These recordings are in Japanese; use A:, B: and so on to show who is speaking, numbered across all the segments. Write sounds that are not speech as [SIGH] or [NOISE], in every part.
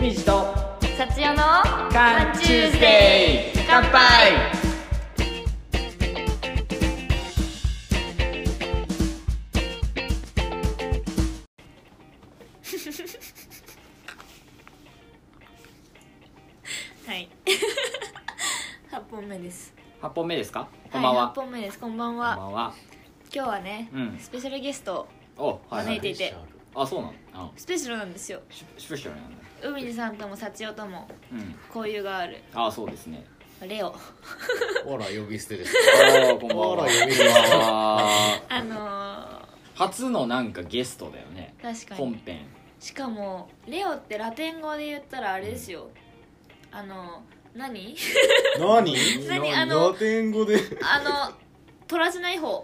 A: みじと
B: さつよの
A: 缶チューズデイ乾杯
B: はい。 [LAUGHS] 八本目です。
A: 8本目ですかこんばん
B: い
A: は、
B: 八本目です。こんばん
A: こんば
B: は。
A: んは
B: 今日はね、
A: うん
B: スペシャルゲストを
A: おはいは
B: 招い
A: い
B: ていて、
A: あそうなの
B: スペシャルなんですよ。
A: シュシュッシュなんだ
B: 海地さんとも幸代とも
A: うん
B: 交友がある
A: あそうですね
B: レオ。
C: あら呼び捨て
B: [LAUGHS]
C: です。
A: あこんばんは
C: あら呼び捨
A: こんばん
C: て。
A: は
B: あの
A: 初のなんかゲストだよね
B: ー、確かに
A: 本。編
B: しかもレオってラテン語で言ったらあれですよ。あのー、何？ [LAUGHS]
C: 何？
B: 何あの
C: ラテン語で。
B: あの虎じゃない方。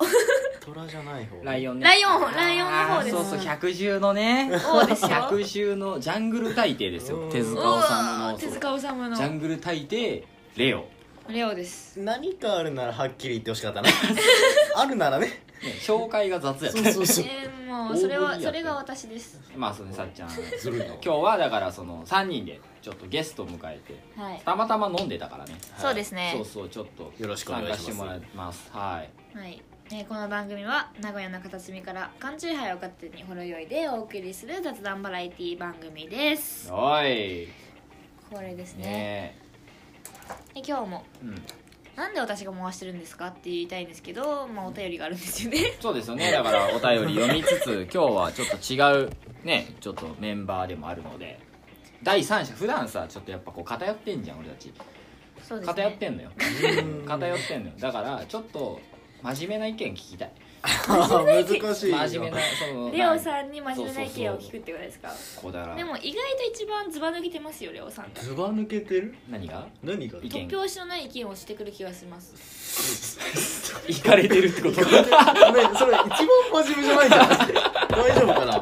C: 虎じゃない方。
A: ライ
C: オン。
A: オンね
B: ライオンライオンの方です
A: あーそうそう百獣のね
B: 王ですよ。
A: 百獣のジャングル大帝ですよ
C: うん
A: 手
B: う
A: 塚
B: わ
A: 治虫の
B: ー
A: そ
B: 手
A: う
B: 塚治虫
A: ジャン
B: の
A: グル大帝レオ、ね
B: レオです。
C: 何かあるならはっきり言ってほしかったな。 [LAUGHS] あるならね。
A: 紹介が雑やった
C: そうそう
B: え
C: そう。
B: ー、もうそれ
A: 大
B: は
A: 食いや
B: そ
A: って
B: れが私です。
A: まあそうねさっちゃん
C: [LAUGHS] ずるいな。
A: 今日はだからその3人でちょっとゲストを迎えて
B: はい。
A: たまたま飲んでたからね、
B: そうですね。
A: そうそうちょっと
C: よろしくお願いしま
A: 参加
C: す
A: してもらいますはい
B: はい、えーこの番組は名古屋の片隅から缶チューハイを勝手にほろ酔いでお送りする雑談バラエティ番組です
A: おい
B: これですね
A: ね
B: で今日も
A: え、うん、
B: なんで私が回してるんですかって言いたいんですけど、まあ、お便りがあるんです
A: [LAUGHS]
B: よね
A: そうですよねだからお便り読みつつ今日はちょっと違うねちょっとメンバーでもあるので第三者普段さちょっとやっぱこう偏ってんじゃん俺たち
B: そうですね
A: 偏ってんのよ
C: うん
A: 偏ってんのよだからちょっと真面目な意見聞きたい
C: あー難しいよ。
A: 真面目なその
B: レオ
A: ん
B: さんに真面目な意見を聞くってことですか
A: こうだから
B: でも意外と一番ズバ抜けてますよレオさんが
C: ズバ抜けてる？
A: 何が [LAUGHS]
C: 何が？
A: 意見
B: 突拍子のない意見をしてくる気がします
A: 行かれてるってこと
C: ごめんそれ一番真面目じゃないじゃん。大丈夫かな？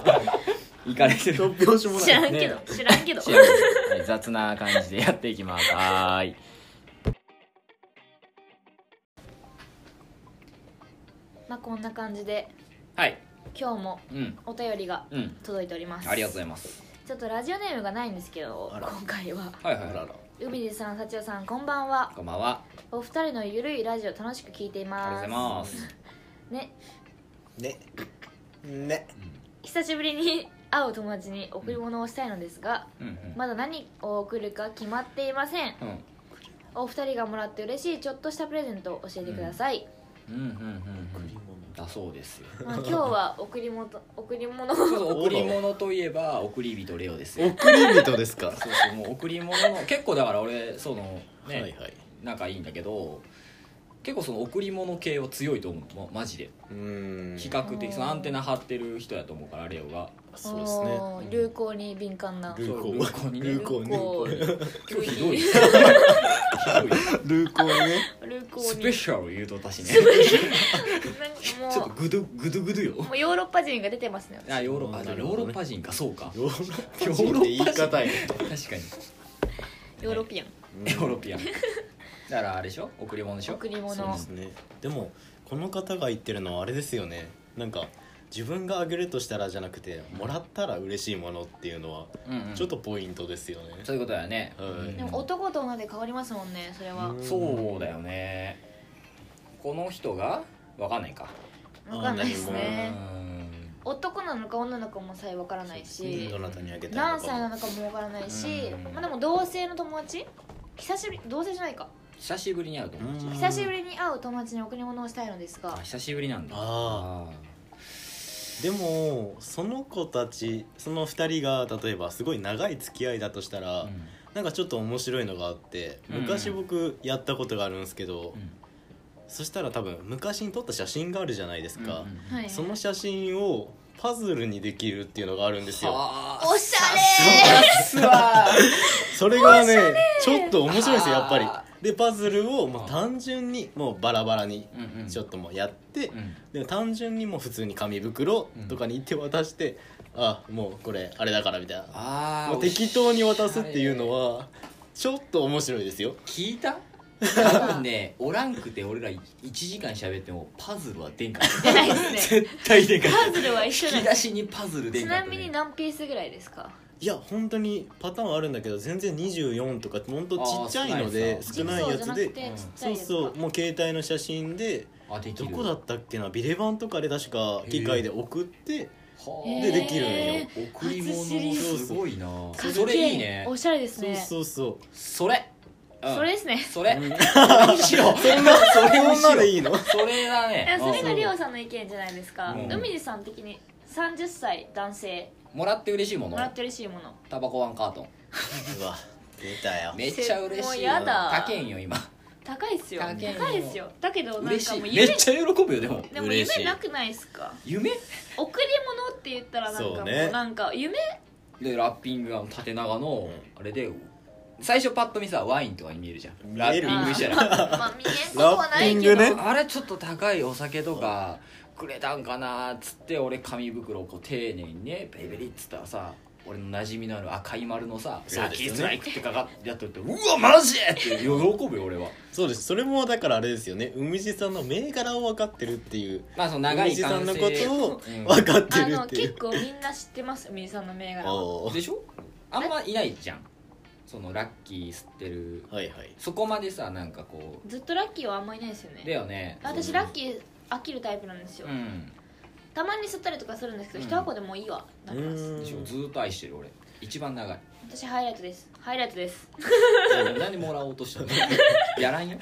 A: 行かれてる
C: 突拍子も
B: 知ら
C: ない。
B: んけど、知らんけど
A: [LAUGHS] 知らんけどはい雑な感じでやっていきますはーい
B: [LAUGHS] まあこんな感じで
A: はい
B: 今日も
A: うん
B: お便りが
A: うん
B: 届いております
A: ありがとうございます
B: ちょっとラジオネームがないんですけど
C: あら
B: 今回は
A: はい
C: あ
A: はい
C: らら。
B: 海地さん幸代さんこんばんは
A: こんばんは
B: お二人のゆるいラジオ楽しく聞いてい
A: あり
B: ま
A: が
B: す
A: とうございます
B: ね
C: ね。ね。
B: 久しぶりに会う友達に贈り物をしたいのですが、
A: うんうん
B: まだ何を贈るか決まっていません
A: うん
B: お二人がもらって嬉しいちょっとしたプレゼントを教えてください、
A: うんうんうんうん
C: り物。
A: だそうですよ
B: まあ、今日は贈り
A: [LAUGHS]
B: 物贈り物を
A: そうそう贈り物といえば贈り人レオですよ
C: 送り人ですか？
A: そうそうもう贈り [LAUGHS] 物の結構だから俺その
C: はいは
A: ね
C: い。
A: 仲いいんだけど結構その贈り物系は強いと思うまマジで
C: うーん。
A: 比較的そのアンテナ張ってる人やと思うからレオが
C: そうですね。
B: おー流行に敏感な
C: 流行
A: そうにね
C: 流行に
B: 流行
A: 今日ひどいひどい
C: ルーコーね。
B: 流行
A: ス
B: に
A: ペシャル言うとったしね
B: な
A: [LAUGHS]
B: ん
A: ちょっ
B: か
A: と
B: も
A: グドグドグドよ
B: うもうヨーロッパ人が出てますね
A: あヨーロッパ
C: あー
A: じゃあ
C: なる
A: ヨー
C: ほどね
A: ロッパ人かそうか
C: ヨ
A: ヨ
C: ーロッパ人って言い方や
A: 確かに
B: ヨーロピアン
A: ヨーロピアンだからあれでしょ贈り物でしょ
B: 贈り物
A: そう
C: ですねでもこの方が言ってるのはあれですよねなんか自分があげるとしたらじゃなくてもらったら嬉しいものっていうのは
A: うんうん
C: ちょっとポイントですよね、
A: そういうことだよね
C: はい
A: うん
B: でも男と女で変わりますもんねそれは
C: うん
A: そうだよねこの人がわかんないか
B: 分かんないです
A: う
B: ね
A: ん
B: 男なのか女なのかもさえ分からないし
C: どなたにあげたい
B: 何
C: の
B: 歳
C: か
B: な
C: も
B: のかも分からないし
A: うん
B: まあでも同性の友達久しぶり同性じゃないか
A: 久しぶりに会うと思う
C: うん
B: 久しぶりに会う友達に贈り物をしたいのです
A: あ
B: が
A: 久しぶりなんだ
C: あでもその子たちその2人が例えばすごい長い付き合いだとしたら、
A: あーうん
C: なんかちょっと面白いのがあって
A: うん
C: 昔僕やったことがあるんですけど、
A: うん
C: そしたら多分昔に撮った写真があるじゃないですか、
A: うんうんうん
B: はい
C: その写真をパズルにできるっていうのがあるんですよ
A: はあ
B: おしゃれ
A: さすが
C: それがねちょっと面白いですよやっぱり
A: あ
C: でパズルをも
A: あ
C: う単純にもうバラバラに
A: うんうん
C: ちょっともうやって
A: うん
C: で単純にもう普通に紙袋とかに手渡してあもうこれあれだからみたいな
A: あ
C: も
A: あ
C: う適当に渡すっていうのはちょっと面白いですよ
A: 聞いた多分ねおらんくて俺ら1時間喋ってもパズルは出んか
C: [LAUGHS]
A: っ
B: 出
A: た
B: ないですね
A: 絶対出んかっ
B: パズルは一
A: た引き
B: 緒な
A: 出
B: ん
A: しにパズル出
B: ち
A: んかっ
B: な
A: たね
B: みに何ピースぐらいですか
C: いや本当にパターンあるんだけど全然24とか本当ちっちゃいので
A: あー
C: 少ないや
B: ジ
C: つ
B: グソーじゃ
C: で
B: なくてちっちゃ
C: そ
B: いうやつか
C: そうもう携帯の写真で
A: あでき
C: ど
A: る
C: こだったっけなビレ版とかで確か機械で送って
A: はあ
B: へ
C: でできるんよ
A: 贈り物
B: 初知り
A: すごいな
B: かっけー
A: それいいね
B: おしゃれです
C: そう
B: ね
C: そうそう
A: それ、うん
B: それですね
A: それそれにしろそんなそれにし
C: そんな
A: ろ
C: でいいの
A: それだ
B: い
A: ね
B: やそれ
A: う
B: がリオさんの意見じゃないですか、
A: うん
B: 海地さん的に30歳男性
A: んもらって嬉しいもの
B: もらって嬉しいもの
A: タバコワンカートン
C: [LAUGHS] うわ出たよ
A: めっちゃ嬉しいよ
B: もうやだ
A: 高けんよ今
B: 高いっすよ
A: 高いよ
B: 高いですよだけどなん
A: 嬉
B: か
A: しい
B: もう
A: め
B: 夢
A: っちゃ喜ぶよでも
B: でも
C: 嬉しい
B: 夢なくないですか
A: 夢
B: 贈り物って言ったらなんかも
C: そううね
B: なんか夢
A: でラッピングが縦長の
C: う
A: あれで最初パッと見さワインとかに見えるじゃん
C: 見
A: ラ
C: え
A: ッ
C: る
A: ピングしたら
B: あーまあ見えんことはないけど
C: ラッピング
A: あれちょっと高いお酒とかくれたんかなっつって俺紙袋をこう丁寧にねベリベリっつったらさ俺の馴染みのある赤い丸のさ「
C: そう
A: さ
C: です
A: キ
C: ね
A: スライク」ってかかってやっとって「うわマジ!」って喜ぶよ俺は
C: そうですそれもだからあれですよね海地さんの銘柄を分かってるっていう
A: まあその長
C: 海
A: い
C: 地さ
A: 感
C: んの
A: 性
C: ことを
A: うん
C: 分か [LAUGHS] って
B: あ
C: る
B: の
C: ってい
B: 結
C: う
B: 構みんな知ってます海地さんの銘柄は
C: お
A: [LAUGHS]
C: ー
A: でしょあんまいないじゃんそのラッキー吸ってる
C: はいはい
A: そこまでさなんかこ
B: ずっとラッキーはあんまいないですよ
A: うだ
B: ね
A: よね
B: 私ラッキー飽きるタイプなんですよ、
A: うん
B: たまに吸ったりとかするんですけ
A: う
B: ど、
A: ん
B: 一箱でもういいわなりま
C: う
B: す
C: ん
A: でしょずーっと愛してる俺一番長い
B: 私ハイライトですハイライトです
A: 何でも [LAUGHS] らおうとしたのやらんよ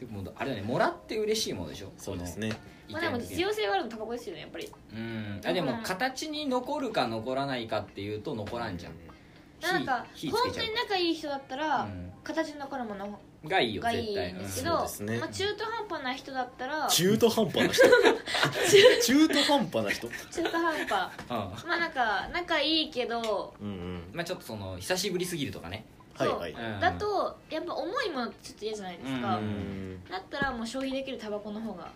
A: でもあれだねもらって嬉しいものでしょ
C: そうですね
A: こ
B: ま
A: の
B: あでも
A: 意見的
B: 実
A: に
B: 用性があるのタバコですよねやっぱり
A: うんあでも形に残るか残らないかっていうと残らんじゃん
B: なんか
A: 火火つ
B: 本
A: けち
B: 当
A: ゃう
B: に仲いい人だったら、形の残るもの
A: うんがいいよ
B: がい
A: 絶
B: い
A: 対
B: んですけ
A: うん
B: ど、
C: うんそうですね
B: まあ、中途半端な人だったら中
C: 中途半端な人中途半端な人
B: 途半
A: う
B: 端
A: ん
B: まあなんか仲いいけど、
C: うんうん
A: まあちょっとその久しぶりすぎるとかね
C: はいはい
A: うん
B: だとやっぱ重いものってちょっと嫌じゃないですか、
A: う
C: うん
B: だったらもう消費できるタバコの方が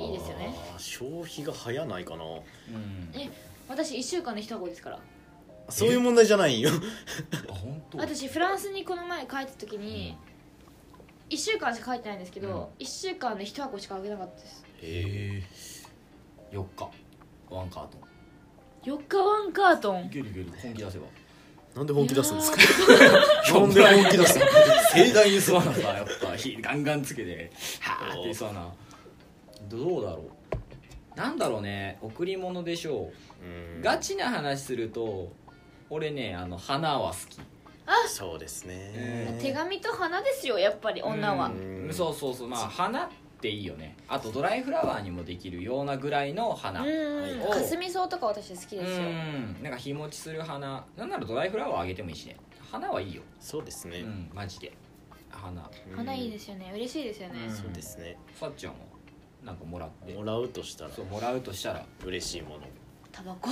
B: いいですよね
C: あー消費が早ないかな
A: うん
B: え私1週間で1箱ですから
C: そういう問題じゃないよ
A: あ本当
B: 私フランスにこの前帰った時に1週間しか帰ってないんですけど、1週間で1箱しかあげなかったです
A: え4日ワンカートン
B: 4日ワンカートン
A: ゲリゲリ本気出せば
C: なんで本気出すんですか
B: いや
C: なんで本
A: [LAUGHS]
C: 気出すの
A: 盛大に吸わなさやっぱ [LAUGHS] 火ガンガンつけてはーって吸わなどうだろうなんだろうね贈り物でしょうガチな話すると俺ねあの花は好き
C: そうです
A: う
C: ね
A: ん
B: ー手紙と花ですよやっぱり女は、
A: うんそうそうそうまあ花っていいよねあとドライフラワーにもできるようなぐらいの花うん
B: うん
A: はい
B: 霞草とか私好きですよ
A: なんか日持ちする花なんならドライフラワーあげてもいいしね花はいいよ
C: そうです
A: う
C: ね
A: んマジで花
B: 花いいですすよね嬉しいですよね、
A: うん
C: そうですね
A: さっちゃんはなんかもらって
C: もらうとしたら
A: そうもらうとしたら
C: 嬉しいもの
B: タバコ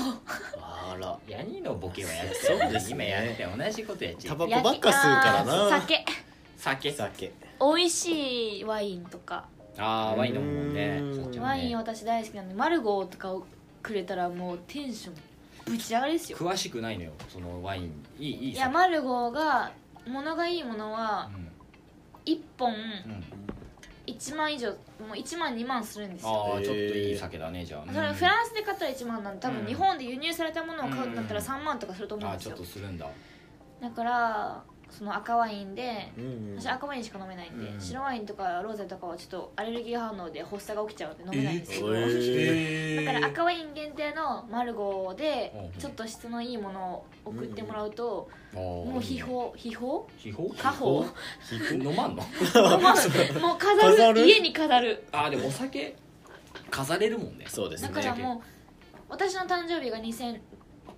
C: あら
A: ヤニのボケはやって
C: そうですね
A: 今やって同じことやっちゃ
C: タ
A: う
C: バコばっか吸うから
B: あー
C: な
B: 酒
A: 酒
C: 酒
B: 美味しいワインとか
A: ああワインだもんね
C: うん
A: そっちもね
B: ワイン私大好きなんでマルゴーとかをくれたらもうテンションぶち上がりですよ
A: 詳しくないのよそのワインいいいい
B: いやマルゴーが物がいいものは
A: うん
B: 1本
A: うん
B: 1万以上もう1万2万するんですよ
A: ああ
C: へー
A: ちょっといい酒だねじゃあ
B: それフランスで買ったら1万なんで多
A: うん
B: 分日本で輸入されたものを買うんだったら
A: うん
B: 3万とかすると思
A: あ
B: うん
A: あー
B: です
A: ちょっ
B: よ
A: とするんだ
B: だからその赤ワインで
C: うん
B: 私赤ワインしか飲めないんで、
A: うん
B: 白ワインとかローゼとかはちょっとアレルギー反応で発作が起きちゃうんで飲めないんですけど、
C: えー
A: え
B: だから赤ワイン限定のマルゴーで
A: うん
B: ちょっと質のいいものを送ってもらうと、も
A: も
B: う秘宝秘宝
A: 秘宝
B: 家宝
A: 秘宝飲まんの
B: もう飾る
C: 飾る
B: 家に飾る
A: ああでもお酒飾れるもんね
C: そうです
B: だ
C: ね
B: からもう私の誕生日が2000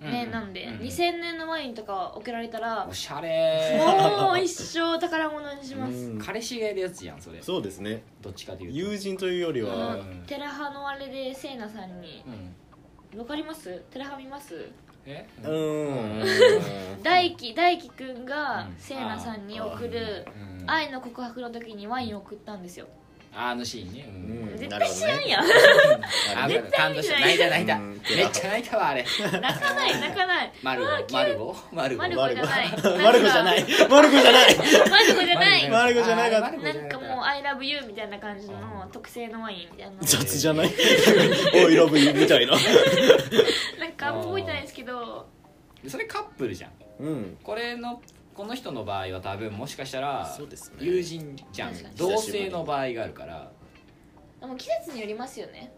B: 年なんで、
A: うう
B: 2000年のワインとか送られたら
A: おしゃれ
B: もう一生宝物にします、
C: [LAUGHS] うん
A: 彼氏がいるやつじゃんそれ
C: そうですね
A: どっちかというと
C: 友人というより
B: あ
A: う
B: の
C: は
A: ん
B: テラハのあれでセイナさんに
A: うん
B: わかりますテラハ見ます
A: え
C: うーん
B: 大輝大輝くんが
A: うん
B: セイナさんに送る
A: うん
B: 愛の告白の時にワインを送ったんですよ
A: あのシーンね、う、
C: うんん
B: 絶
C: なる
B: 対
C: ほど
B: 知らん
C: ね
B: やん
A: あ
C: あ
A: 分かる感動した泣い
B: 絶
A: た泣
B: 対
A: いた
C: 見ない
A: めっちゃ泣いたわあれ
B: 泣かない泣かない
A: マルゴ
B: うわキュー
A: マルゴマルゴ
B: マル
A: マ
B: ゴじゃない
C: [LAUGHS] マルコじゃないマルコじゃ [LAUGHS] な
B: マル
C: い
B: ゴじゃな
C: マ
B: い
C: ルゴじゃない
A: マルゴじゃ
B: な
A: ない
B: んかもう「ILOVEYOU」みたいな感じ
A: う
B: の特製のワインみたいな
C: 雑じゃないおいラブユーみたいな
B: なんかあんま覚えてないですけど
A: でそれカップルじゃん
C: うん
A: これのこの人の場合は多分もしかしたら
C: そうですね
A: 友人じゃん、
B: 確かに
A: 同性の場合があるから
B: でも季節によりますよね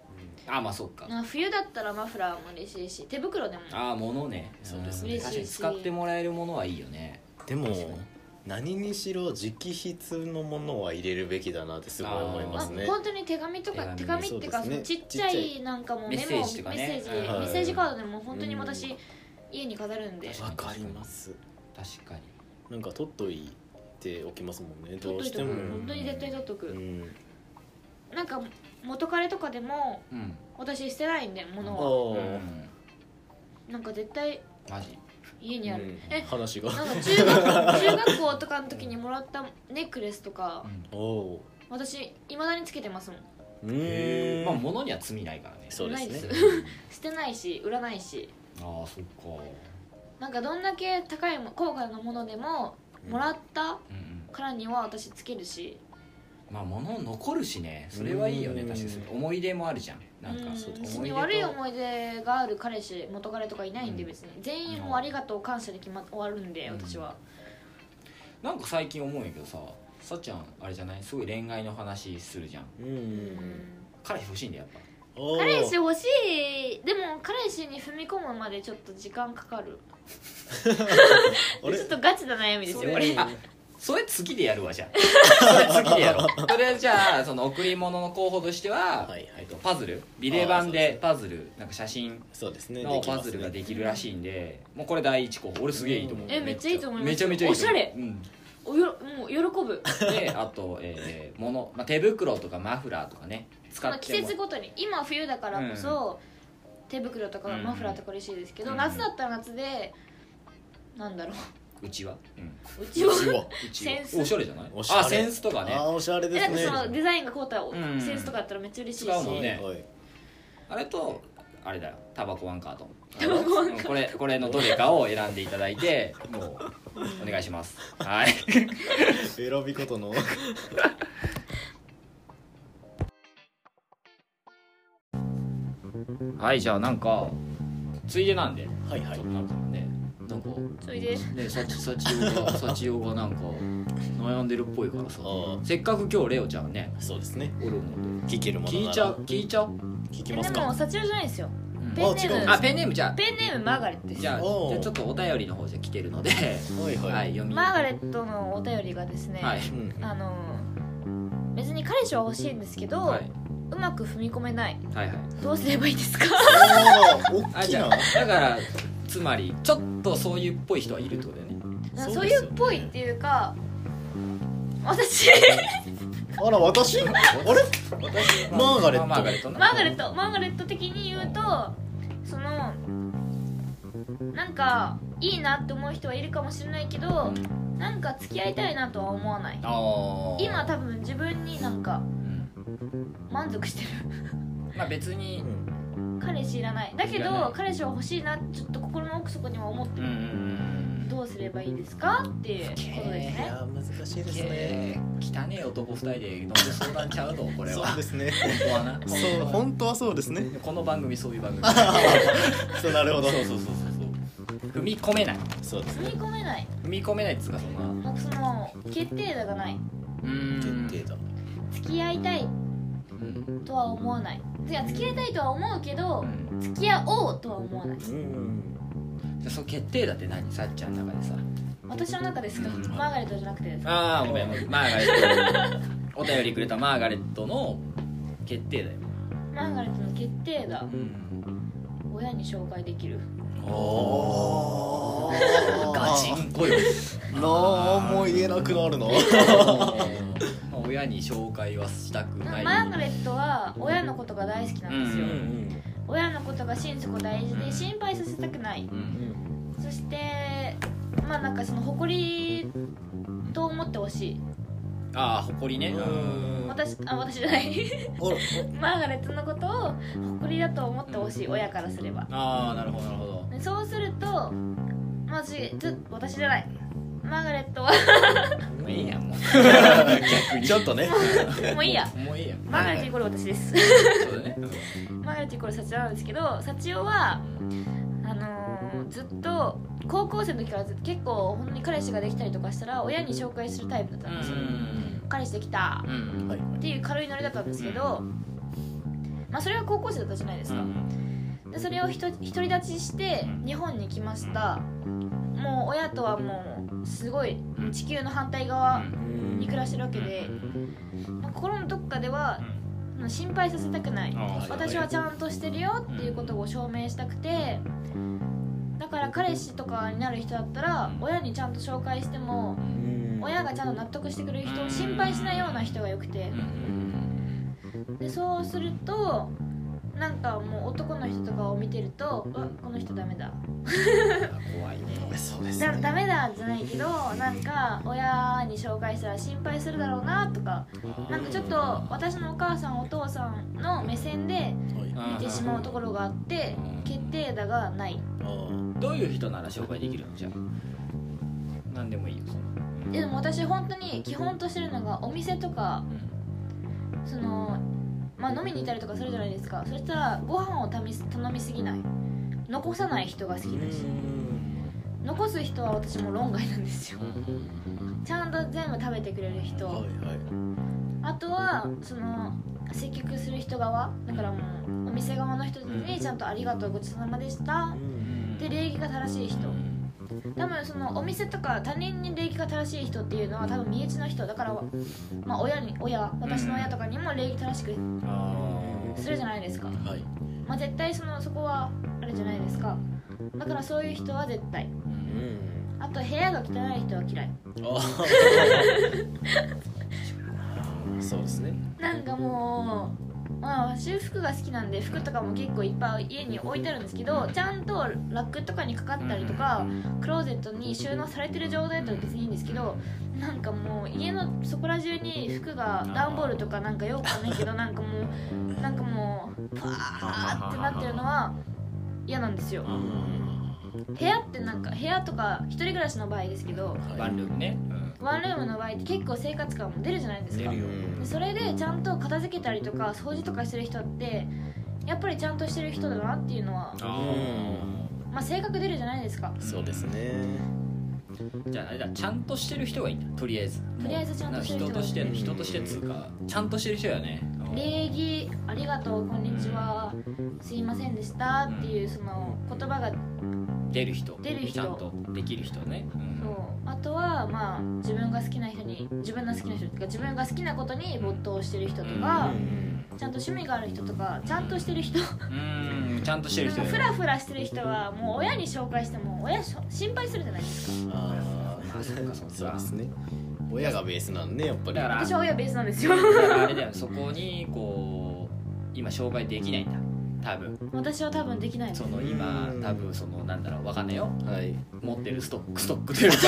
A: あまあそっか
B: なんか冬だったらマフラーも嬉しいし手袋でも
A: ああ物ね
C: そうです
B: ね
A: ん確かに
B: 嬉しいし
A: 使ってもらえるものはいいよね
C: でも
A: 確かに
C: 何にしろ直筆のものは入れるべきだなってすごい思いま
B: あ
C: すね
B: 本当に手紙とか手
A: 手
B: 紙
A: 紙
B: っていうか
C: そうですね
B: そのちっちゃ
C: ちっち
B: いなんかもうメモ
A: メッセージとかね
B: メッセージ、
A: はい
B: メッセージカードでも本当に
C: う
B: 私
C: ん
B: 家に飾るんで
A: 確
C: わかります
A: 確かに
C: なんか取っといておきますもんねど
B: 取っ
C: う
B: とい
C: してても
B: く
A: 取
B: 本当に絶対取っと
C: う
B: く、
C: ん
B: なんか元彼とかでも
A: うん
B: 私捨てないんで
C: あ
B: 物は
A: う
C: ー
A: ん
B: なんか絶対
A: マジ
B: 家にある、
C: うん
B: え
C: 話が
B: なんか中学中学校とかの時にもらったネックレスとか
C: おお
B: 私いまだにつけてますもん
C: う
A: へ
C: ー
A: え
C: ん
A: まあ物には罪ないからね
C: そうで
B: な
C: す
B: い
C: ね
B: で捨てないし売らないし
A: ああそっか
B: なんかどんだけ高いも高価なものでももらった
A: うんうん
B: からには私つけるし
A: まあ物残るしねそれはいいよね
C: うん
A: 確かにそれ思い出もあるじゃんなんか
B: うん
C: そうです
B: 別
A: 思い出
B: に
A: と
B: 悪い思い出がある彼氏元彼とかいないんで
A: うん
B: 別に、全員もうありがとう感謝で決ま終わるんで
A: うん
B: 私は、
A: なんか最近思うんやけどささっちゃんあれじゃないすごい恋愛の話するじゃん
C: うんうんう
B: うん
C: ん
A: 彼氏欲しいんだよやっ
C: おー
B: 彼氏欲しいでも彼氏に踏み込むまでちょっと時間かかるち
C: あ
B: ょ
C: れ
B: っとガチな悩みです
A: ぱ
B: よ
A: そ
B: こ
A: れ
B: れ
A: あそれ次でやるわじゃ [LAUGHS] あそれ次でやろうそれじゃあその贈り物の候補としては、
C: はいはい
A: えっと、パズルビレ版でパズルなんか写真
C: そうですね
A: の
C: でき
A: パ
C: ま
A: ズ
C: す
A: ルが
C: ね
A: できるらしいんでもうこれ第一候補俺すげえいいと思う
C: うん
B: えめっちゃいいと思います
A: めちゃめちゃいいと思う
B: おしゃれ
A: うん
B: およもう喜ぶ [LAUGHS]
A: であと、えー、物、まあ、手袋とかマフラーとかね使
B: そ
A: っ
B: の
A: て
B: 季節
A: も
B: ごとに今冬だからこそ、手袋とか
A: うん
B: マフラーとか嬉しいですけど、
A: うん
B: 夏だったら夏でなんだろ
A: うちは、うん、 [LAUGHS]
B: ううちは
C: うちは
A: うちは
B: センス
A: おしゃれじゃない
C: おしゃれ
A: あセンスとかね
C: あーおしゃれで
B: えなん
C: す
B: か
C: ね
B: そのデザインがこうたら
A: ん
B: センスとかあったらめっちゃ嬉しいし
A: 使うもんね
C: はい
A: あれとあれだよタバコワンカート
B: タバコワンカー
A: うんこれこれのどれかを選んでいただいてもうお願いしますはい
C: 選び方の
A: はいじゃあなんかついでなんで
C: はいは
A: ち
C: い
A: ょっとなるかもねなんか
B: それで
A: ねさちさちお
B: [LAUGHS]
A: がさちおがなんか悩んでるっぽいからさ
C: あ
A: せっかく今日レオちゃんね
C: そうですね
A: おるので
C: 聞けるものな
A: 聞
C: ら
A: いちゃう聞いちゃう、
C: 聞き
B: え
C: ます
B: でも
C: か
B: サチュラじゃないですよ
A: うん
B: ペンネ
C: あ違
B: ー
C: う
B: ム
A: あペンネームじゃあ
B: ペンネームマーガレットです
A: じゃあ
C: おー
A: じゃあちょっとお便りの方じゃ来てるので、
C: はいはい、
A: はい、読み
B: マーガレットのお便りがですね、
A: はい、
C: うん
B: あの別に彼氏は欲しいんですけど、
A: はい、
B: うまく踏み込めない
A: はいはい
B: どうすればいいですか
C: おー大
A: あ
C: き
A: じゃ
C: な
A: あだからつまりちょっとそういうっぽい人はいるってことだよね
B: なんか
C: そ
B: そうう
C: で
B: い
C: すよね
B: うっぽいっていうか私
C: あら私あれ
A: 私
C: マーガレット
A: マーガレットな
B: マーガレットマーガレット的に言うとそのなんかいいなって思う人はいるかもしれないけどなんか付き合いたいなとは思わない
A: あー
B: 今多分自分になんか
A: うん
B: 満足してる [LAUGHS]
A: まあ別に
B: 彼氏いらないだけ
A: いらない
B: ど彼氏は欲しいなってちょっと心の奥底には思って
A: う
B: る、
A: ん
B: どうすればいいですかっていうことです
C: い
B: ね
C: やー難しいですね
A: えー汚ねえ男二人で飲んで相談ちゃうとこれは
C: そうですね
A: 本当はな
C: [LAUGHS] そう
A: 本
C: 本当はそうですね
A: 当はこの番組そういう番組
C: そうなるほど
A: そうそうそうそうそう踏み込めない
C: そうです
B: 踏み
C: ね
B: 込めない
A: 踏み込めないっつうかそんな
B: もうその決定打がないう
A: ーん
C: 決定だ
B: 付き合いたい
A: うん
B: とは思わないいや付き合いたいとは思うけど
A: うん
B: 付き合おうとは思わない
C: うん
A: じゃあその決定だって何さっちゃんの中でさ
B: 私の中ですか、
A: うん
B: マーガレットじゃなくてですか
A: ああごめんごめんマーガレットお便りくれたマーガレットの決定だよ、
B: マーガレットの決定だ
A: うん、
B: 親に紹介できる
C: おー
A: ガチンコよ
C: なんも言えなくなるな
A: まあ親に紹介はしたく
B: な
A: ない
B: マーガレットは親のことが大好きなんですよ、
A: うん
B: 親のことが心底大事で心配させたくない
A: うん
B: そしてまあなんかその誇りと思ってほしい
A: ああ誇りね
C: うん
B: 私あ私じゃない [LAUGHS]
C: お
B: マーガレットのことを誇りだと思ってほしい親からすれば
A: ああなるほどなるほど
B: でそうするとまあ私ちょ私じゃないマーガレットは
A: もういいやんもう
C: ちょっとね
B: もういいや
A: もういいやん
B: マーガレットイコール私です
A: そうだね
B: マーガレットイコールサチオなんですけどサチオはああのーずっと高校生の時からずっと結構本当に彼氏ができたりとかしたら親に紹介するタイプだったんですよ、彼氏できた
A: うんうん
C: はい
B: っていう軽いノリだったんですけど、まあ、それは高校生だったじゃないですか、でそれをひと独り立ちして日本に来ましたもう親とはもうすごい地球の反対側に暮らしてるわけで、まあ心のどっかではまあ心配させたくない
D: あ
C: ー
B: 私はちゃんとしてるよっていうことを証明したくてだから彼氏とかになる人だったら親にちゃんと紹介しても親がちゃんと納得してくれる人を心配しないような人がよくてでそうするとなんかもう男の人とかを見てると「うわこの人ダメだ」
A: 怖いね
C: そうです
B: だ
C: ね
B: ダメだじゃないけどなんか親に紹介したら心配するだろうなとかなんかちょっと私のお母さんお父さんの目線で見てしまうところがあって決定打がない
A: どういう人なら紹介できるのじゃあ何でもいいよその
B: でも私本当に基本としてるのがお店とかそのまあ飲みに行ったりとかするじゃないですかそしたらご飯をたみ頼みすぎない残さない人が好きだし残す人は私も論外なんですよちゃんと全部食べてくれる人、あとはその接客する人側だからもうお店側の人にちゃんと「ありがとうごちそうさまでした」で礼儀が正しい人多分そのお店とか他人に礼儀が正しい人っていうのは多分身内の人だから、まあ、親に親私の親とかにも礼儀正しくするじゃないですか、まあ、絶対そのそこはあれじゃないですかだからそういう人は絶対あと部屋が汚い人は嫌い
C: そうですね。
B: なんかもうまあ私服が好きなんで服とかも結構いっぱい家に置いてあるんですけどちゃんとラックとかにかかったりとかクローゼットに収納されてる状態だと別にいいんですけどなんかもう家のそこら中に服が段ボールとかなんかよくわかんないけどなんかもうなんかもうパーってなってるのは嫌なんですよ部屋ってなんか部屋とか一人暮らしの場合ですけど
A: ワンルームね
B: ワンルームの場合って結構生活感も出るじゃないですか
A: 出るよ
B: でそれでちゃんと片付けたりとか掃除とかしてる人ってやっぱりちゃんとしてる人だなっていうのは、まあ、性格出るじゃないですか
C: そうですね。
A: じゃああれだちゃんとしてる人がいいんだとりあえず
B: とりあえずちゃんとしてる人
A: 人として人としてっつうかちゃんとしてる人やね
B: 礼儀「ありがとうこんにちはすいませんでした」っていうその言葉が
A: 出る人
B: 出る人
A: ちゃんとできる人ねうん
B: そうあとはまあ自分が好きな人に自分の好きな人っていうか自分が好きなことに没頭してる人とかちゃんと趣味がある人とかちゃんとしてる人
A: うんちゃんとしてる人
B: フ
A: やね
B: ラフラしてる人はもう親に紹介しても親しょ心配するじゃないですか
C: あ
A: あそっかそ
C: あ、
A: っ
C: そう
A: か
C: ですね。親がベースなんでやっぱり。
A: だから
B: 私は親ベースなんですよ [LAUGHS]
A: だからあれだよねそこにこう今紹介できないんだ多分
B: 私は多分できない
A: その今多分そのなんだろうわかんないよ
C: はい。
A: 持ってるストックストックというか
C: ス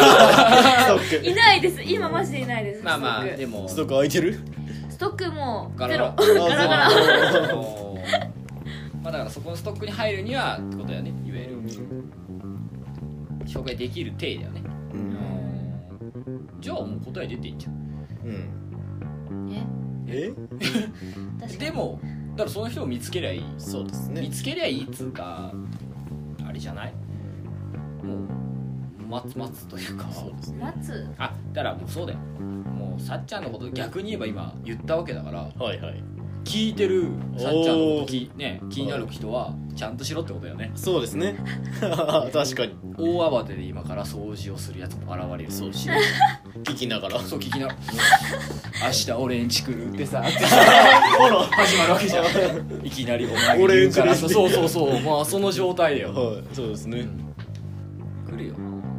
C: ト
A: [LAUGHS]
C: ッ
B: いないです今マジでいないです
A: まあまあ
B: ストッ
A: でも
C: ク。ストック空いてる？
B: クストックもう
A: ガ
B: ゼ
A: ラ
B: ロ
A: ガラ
C: ガラガラ
A: あの [LAUGHS] まあだからそこのストックに入るにはってことだよねいわゆる紹介できる体だよねじゃあもう答え出ていいんじゃん
C: うん。
B: え
C: え？
B: 確か
A: でもだからその人を見つけりゃいい
C: そうです
A: 見
C: ね。
A: つけりゃいいっつうかあれじゃないもう待つ待つというか
C: そうです
B: に
C: ね。
B: 待つ
A: あだからもうそうだよもうさっちゃんのこと逆に言えば今言ったわけだから
C: はいはい。
A: 聞いてるさっちゃんのことき、ね、気になる人はちゃんとしろってことだよね
C: そうですね。 [LAUGHS] 確かに。
A: 大慌てで今から掃除をするやつも現れる
C: そうし。聞きながら。
A: そう聞き
C: [LAUGHS]
A: な明日俺んち来るってさ
C: ほら。
A: 始まるわけじゃん [LAUGHS] いきなりお前が言うから
C: 俺んち来る
A: そうそうそうそうまあその状態だよ、
C: はい。そうですね。
A: 来るよ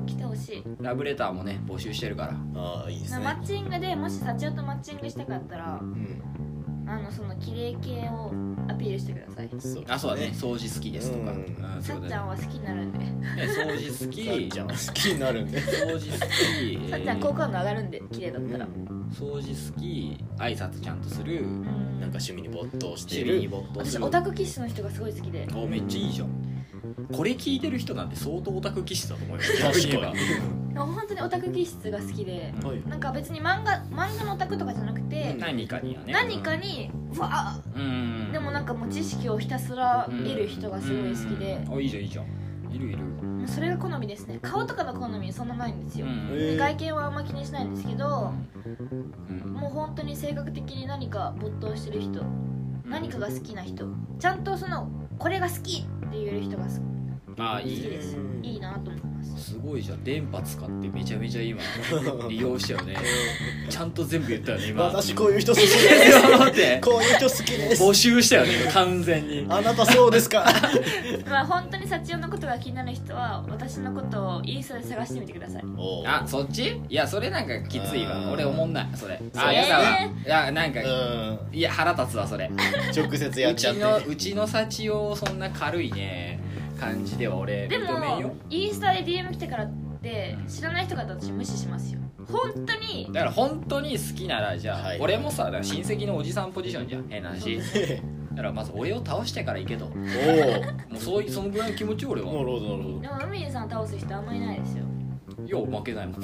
B: 来てほしい
A: ラブレターもね募集してるから
C: ああいいです
B: な
C: ね。
B: マッチングでもし幸男とマッチングしたかったら
C: うん。
B: あのその綺麗系をアピールしてください
C: そう。
A: あそうだね。掃除好きですとか、
C: うん
B: さ
A: そう
B: っ
A: だ
B: ちゃ
A: ね
B: んは好きになるんで
A: ね掃除好き
C: さっちゃん好きになるんで。
A: 掃除好き
B: さっちゃん好感度上がるんで綺麗だったら
A: 掃除好き挨拶ちゃんとする
B: うん
C: なんか趣味に没頭して
A: 趣
C: る
A: 味に没頭す
B: 私
A: る
B: オタク気質の人がすごい好きで
A: あめっちゃいいじゃんこれ聞いてる人なんて相当オタク気質だと思うよ
C: 確かに
A: 逆言え
B: 本当にオタク気質が好きで
A: ば
C: はい
B: なんか別に漫画漫画のオタクとかじゃなくて
A: 何かにはね
B: 何かにわ
A: うん
B: あでもなんかもう知識をひたすら得る人がすごい好きで
A: うんあいいじゃんいいじゃん
B: え
A: いるいる
B: もうそれが好みですね顔とかの好みそんなないんですよ、
A: うん
C: えー
B: 外見はあんま気にしないんですけど
A: うん
B: もう本当に性格的に何か没頭してる人何かが好きな人ちゃんとそのこれが好きって言える人が好
A: ああ
B: き
A: いい
B: で
A: ですす
B: いいなと思います
A: すごいじゃん電波使ってめちゃめちゃ [LAUGHS] 今利用したよねちゃんと全部言ったよね今
C: [LAUGHS] 私こういう人好きで
A: い
C: [LAUGHS]
A: や
C: す
A: [LAUGHS] 待って
C: こういう人好きです
A: 募集したよね完全に
C: あなたそうですか
B: まあ本当に幸代のことが気になる人は私のことをインスタで探してみてください
C: [LAUGHS] おう
A: あそっちいやそれなんかきつい
C: うん
A: わ俺思んないそれ
B: そ
A: あ
B: れ
A: やだわいやなんか
C: うん
A: いや腹立つわそれ
C: 直接やっ
A: う
C: ちゃ
A: ち
C: って
A: のうちの幸をそんな軽いね感じでは俺
B: で
A: 認めんよ
B: もインスタで DM 来てからって知らない人が私無視しますよ本当に
A: だから本当に好きならじゃあ、
C: はい
A: 俺もさだから親戚のおじさんポジションじゃん変な話
B: そう
A: だからまず俺を倒してから行けとも
C: お
A: うそういそのぐらいの気持ちよ俺は
C: おなるほどなるほど
B: でも海さん倒す人あんまりいないですよ
A: いや負けないもん [LAUGHS]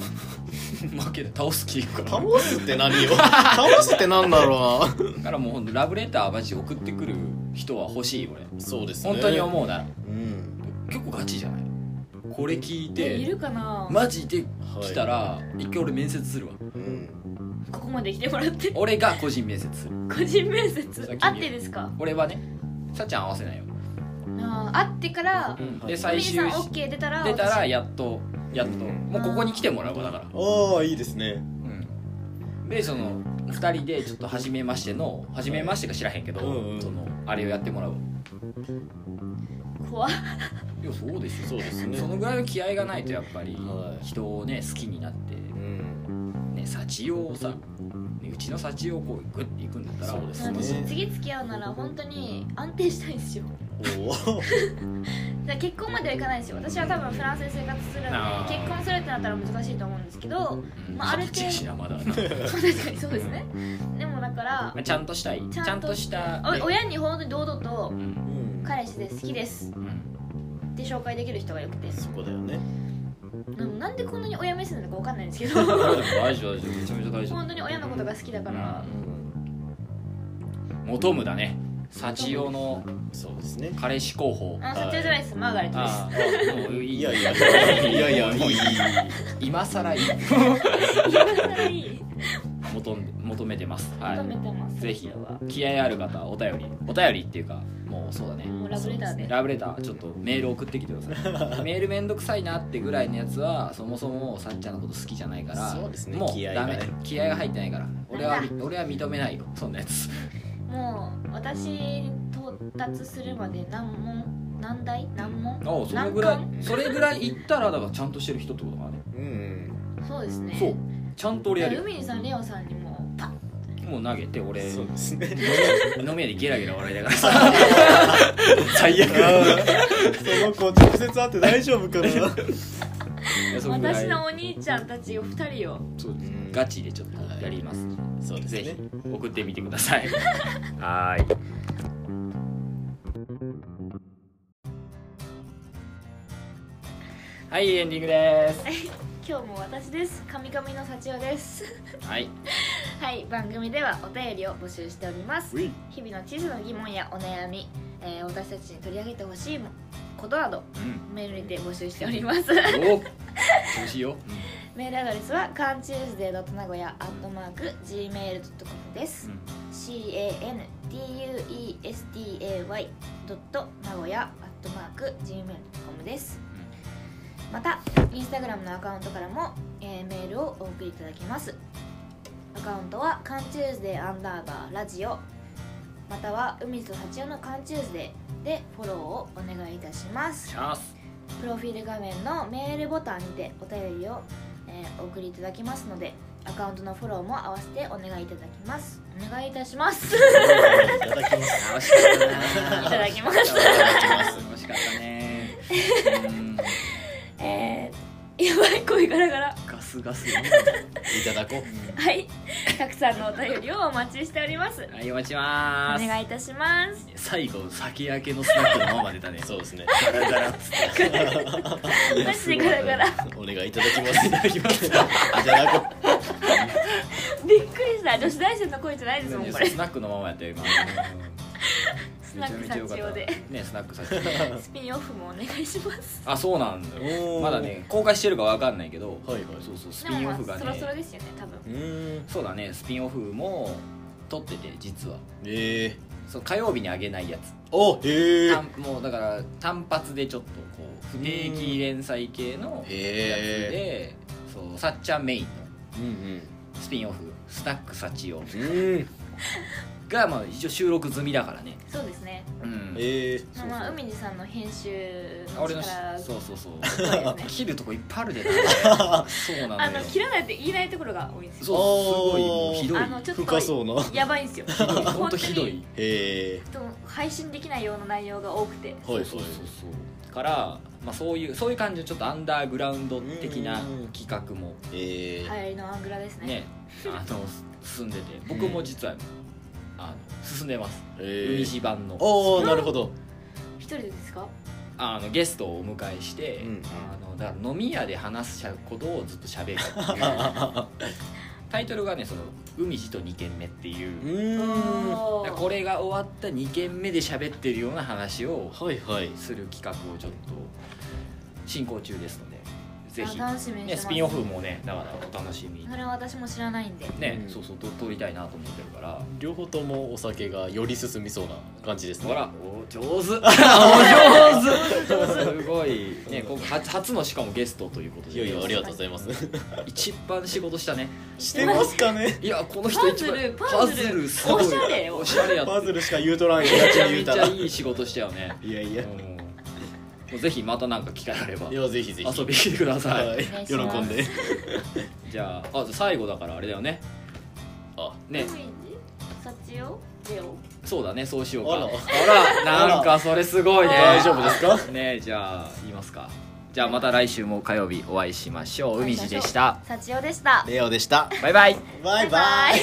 A: 負けない倒す気いくから
C: 倒すって何よ倒すって何だろう
A: だからもうほんとラブレターマジで送ってくる人は欲しい俺
C: なそうですね
A: 本当に思うなら
C: うん
A: 結構ガチじゃないこれ聞い
B: えい
A: て
B: るかな、
A: マジで来たら、一回俺面接するわ
C: うん
B: ここまで来てもらって
A: 俺が個人面接する
B: 個人面
A: さっき
B: 接
A: に
B: 会ってですか
A: 俺はねさっちゃん合わせないよ、
B: あー会ってから
A: で最
B: 海
A: 終
B: さん OK 出たら
A: 出たら
B: 私
A: やっとやっともうここに来てもらうわだから
C: ああいいですね
A: うんでその2人でちょっと初めましての初めましてか知らへんけど、
C: うんうん
A: そのあれをやってもらうわ
B: 怖っ
A: いやそうですよ
C: そうですね
A: そのぐらいの気合がないとやっぱり
C: はい
A: 人をね好きになって
C: うん
A: ね幸男をさねうちの幸男をこうグッていくんだったら
C: そうですね
B: 私次付き合うなら本当に安定したいんですよ
C: おお
B: だから結婚まではいかないですよ私は多分フランスで生活するので
A: あー
B: 結婚するってなったら難しいと思うんです
A: [LAUGHS]
B: けど
A: うん
B: まあある程
A: 二
B: 度
A: 十歳やしなまだな
B: 確かにそうですねでもだから
A: まあちゃんとしたい
B: ちゃんと
A: ちゃんとした
B: お
A: ね
B: 親に本当に堂々と
A: うん
C: うん
B: 彼氏で好きです
A: うん
B: って紹介できる人がよくて
C: そこだよね
B: でもなんでこんなに親目線なのかわかんないんですけ
A: [LAUGHS]
B: ど
A: 大丈夫大丈夫めちゃめちゃ大丈
B: 本当に親のことが好きだから
C: うん
A: 夫求むだね幸男の
C: そうですね
A: 彼氏候補
B: あそっちじゃないですマーガレットです
A: ああもうい
C: い
A: い
C: やいやいやいやいい
A: 今更いい
B: [LAUGHS] いい
A: 求め求めてますは
B: 求め
A: い
B: てます
A: ぜひ
B: 今日は
A: 気合ある方はお便りお便りっていうかもうそうだね
B: もうラブレターで
A: ラブレターちょっとメール送ってきてくださいメールめんどくさいなってぐらいのやつはそもそもさっちゃんのこと好きじゃないから
C: そうですね
A: もう
C: 気合
A: ダ
C: が
A: メ
C: ね
A: 気合が入ってないから俺は
B: ダメだ
A: 俺は認めないよそんなやつ
B: もう私に到達するまで何問何題何問
A: ああそれ
B: 難
A: ぐらい
B: 関
A: それぐらいいったらだからちゃんとしてる人ってことだね
C: うん
B: そうですね
A: そうちゃんと俺やるよ
B: 海にさんレオさんにもパッ
A: もう投げて俺
C: そうですね
A: 飲み屋でゲラゲラ笑いながらさ [LAUGHS] 最悪
C: その子直接会って大丈夫かな
B: 私のお兄ちゃんたちお二人を
A: そうですガチでちょっとやります、
C: そうです
A: ぜ
C: ね
A: ひ送ってみてくださいはーいはいエンディングです
B: 今日も私です神々の幸代です
A: はい
B: はい番組ではお便りを募集しております
A: うい
B: 日々の地図の疑問やお悩み、えー私たちに取り上げてほしいことなど
A: うん
B: メールにて募集してお
A: [LAUGHS]
B: りま
A: お
B: す
A: 調子いいよ
B: メールアドレスは c a n t u e s d a y n a g o y a g m a i l c o m です、
A: うん
B: cantuesday.nagoya.gmail.com ですまたインスタグラムのアカウントからも、えーメールをお送りいただきますアカウントは「カンチューズデーアンダーバーラジオ」または「海と八代のカンチューズデー」でフォローをお願いいたします
A: チャンス
B: プロフィール画面のメールボタンにてお便りを、えーお送りいただきますのでアカウントのフォローも合わせてお願いいただきますお願いいたします
C: いただきます
A: 楽しかったない
B: ただきます
A: いただきます楽しかったねうん
B: えー、やばい声ガラガラ
A: ガスガス
C: いただこ
B: はいたくさんのお便りをお待ちしております
A: はいお待ちし
B: お
A: ます
B: 願いいたします
A: 最後酒焼けのスナックのまま出たね
C: うそうですね
A: ガラガラっつって
B: マジでガラガラ
C: お願いいただきますいただきますいただこう
B: びっくりした女子大生の声じゃないですもんこれ
A: スナックのままやったよ今
B: スナック
A: よか
B: 幸男で
A: ったねスナック幸男
B: スピンオフもお願いします
A: あそうなんだよ
C: おー
A: まだね公開してるかわかんないけど、
C: はいはい
A: そうそうス
B: で
A: ピ
B: も
A: ンオ
B: まあ
A: フがね
B: そろそろですよね多分
C: うーん
A: そうだねスピンオフも撮ってて実は
C: ええ
A: そう火曜日にあげないやつ
C: おへえ
A: 単もうだから単発でちょっとこう不定期連載系のやつ
C: へえ
A: でそうさっちゃんメインの
C: うんうん
A: スピンオフスナック幸男
C: うん
A: がまあ一応収録済みだからね
B: そうですね
A: うん
C: ええ
A: そうそう
B: まあ海地さんの編集の
A: 俺
B: 力
A: の
B: がす
A: そうそうそう
B: ごいですね
A: 切るとこいっぱいあるでねそうな
B: あ
A: んだ
B: の
A: よ
B: 切らないって言えないところが多いんですよ
A: そうすごいもうひどい
B: あのちょっと
C: 深そうな
B: やばいんですよ
A: ひどい [LAUGHS] 本当ひどい
C: へえ
B: 本当に配信できないような内容が多くて
C: はいはい
A: そうそうそうそうから、まあ、そういうそういう感じのちょっとアンダーグラウンド的な
C: うん
A: 企画も
C: ええ
B: 流行りのアングラですね
A: ねあのす進んでて僕も実は、あの進んでます、
C: え
A: 海
C: え
A: 地版の
C: おおなるほど
B: 一人でですか
A: あのゲストをお迎えして、
C: うん
A: あのだから飲み屋で話しゃことをずっと喋るっていう
C: [LAUGHS]
A: タイトルがね「その海地と2軒目」っていう
C: う。ーんは
A: だからこれが終わった2軒目で喋ってるような話を
C: いはい
A: する企画をちょっと進行中ですのでぜひ
B: あ楽しみにして
A: ね、
B: ます
A: スピンオフもねだからお楽しみに
B: それは私も知らないんで
A: ね、
C: うん
A: そうそうと撮りたいなと思ってるから
C: 両方ともお酒がより進みそうな感じですね
A: ほら [LAUGHS] お上手お上
C: [LAUGHS]
A: 手すごいね今回初初のしかもゲストということ
C: い
A: で
C: やいやありがとうございます
A: 一番仕事したね
C: してますか
A: [LAUGHS]
C: ね
A: いやこの人一番
B: パズルパズル
A: すごい
B: おしゃれよ
A: おしゃれやって
C: パズルしか言うとらんよ
A: めちゃ
C: 言
A: め
C: う
A: ち
C: た
A: ゃ
C: ら
A: いい仕事したよね
C: いやいや
A: うんもうぜひまたなんか機会あれば
C: いやぜひぜひ
A: 遊びに来てください、
C: はい
B: 願いし
C: 喜
B: ます
C: んで
A: じゃああ最後だからあれだよね
C: あ
A: ね
B: 海地サチオレオ
A: そうだねそうしようか
C: あら
A: あらなんかそれすごいね
C: 大丈夫ですか
A: ねじゃあ言いますかじゃあまた来週も火曜日お会いしましょう海地でした
B: サチオでした
C: レオでした
A: バイバイ
C: バイバイ
B: イ